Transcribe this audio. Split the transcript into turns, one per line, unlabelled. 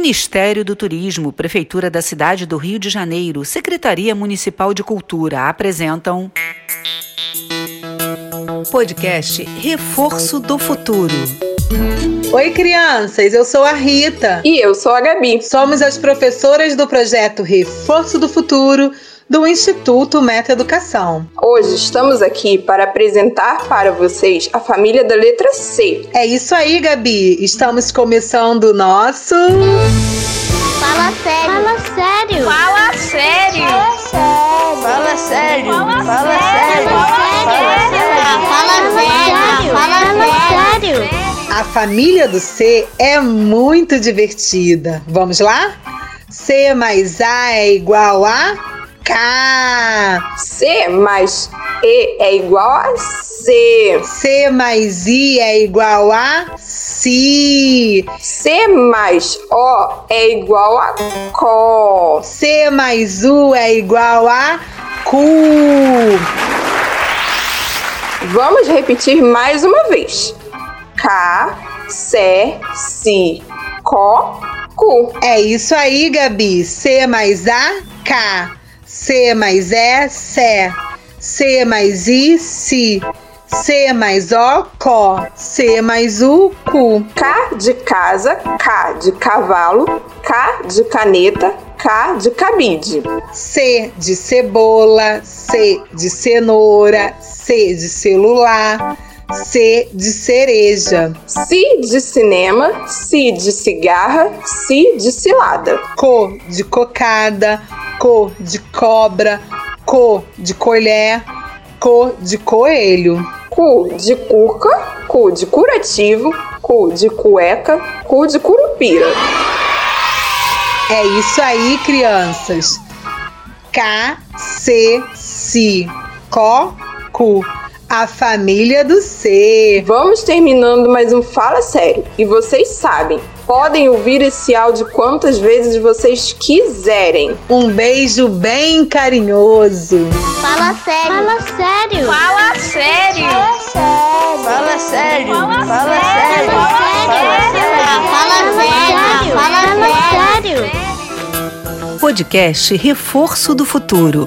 Ministério do Turismo, Prefeitura da Cidade do Rio de Janeiro, Secretaria Municipal de Cultura apresentam. Podcast Reforço do Futuro.
Oi, crianças, eu sou a Rita.
E eu sou a Gabi.
Somos as professoras do projeto Reforço do Futuro do Instituto Meta Educação.
Hoje estamos aqui para apresentar para vocês a família da letra C.
É isso aí, Gabi. Estamos começando o nosso.
Fala sério. Fala sério.
Fala sério.
Fala sério.
Fala sério.
Fala sério. Fala sério.
A família do C é muito divertida. Vamos lá? C mais A é igual a. K.
C mais E é igual a C.
C mais I é igual a Si.
C mais O é igual a CO.
C mais U é igual a Cu.
Vamos repetir mais uma vez. K, C, Si, CO, Cu.
É isso aí, Gabi. C mais A, K. C mais E, Sé. C mais I, Si. C mais O, Có. C mais U, Cu.
K de casa, K de cavalo, K de caneta, K de cabide.
C de cebola, C de cenoura, C de celular. C de cereja.
Si de cinema, si de cigarra, si de cilada.
Co de cocada, co de cobra, co de colher, co de coelho.
Cu de cuca, cu de curativo, cu de cueca, cu de curupira.
É isso aí, crianças. K, C, Si, Co, Cu. A família do C.
Vamos terminando mais um Fala Sério. E vocês sabem, podem ouvir esse áudio quantas vezes vocês quiserem.
Um beijo bem carinhoso.
Fala sério. Fala sério.
Fala sério.
Fala sério. Fala sério. Fala sério. Fala sério.
Podcast Reforço do Futuro.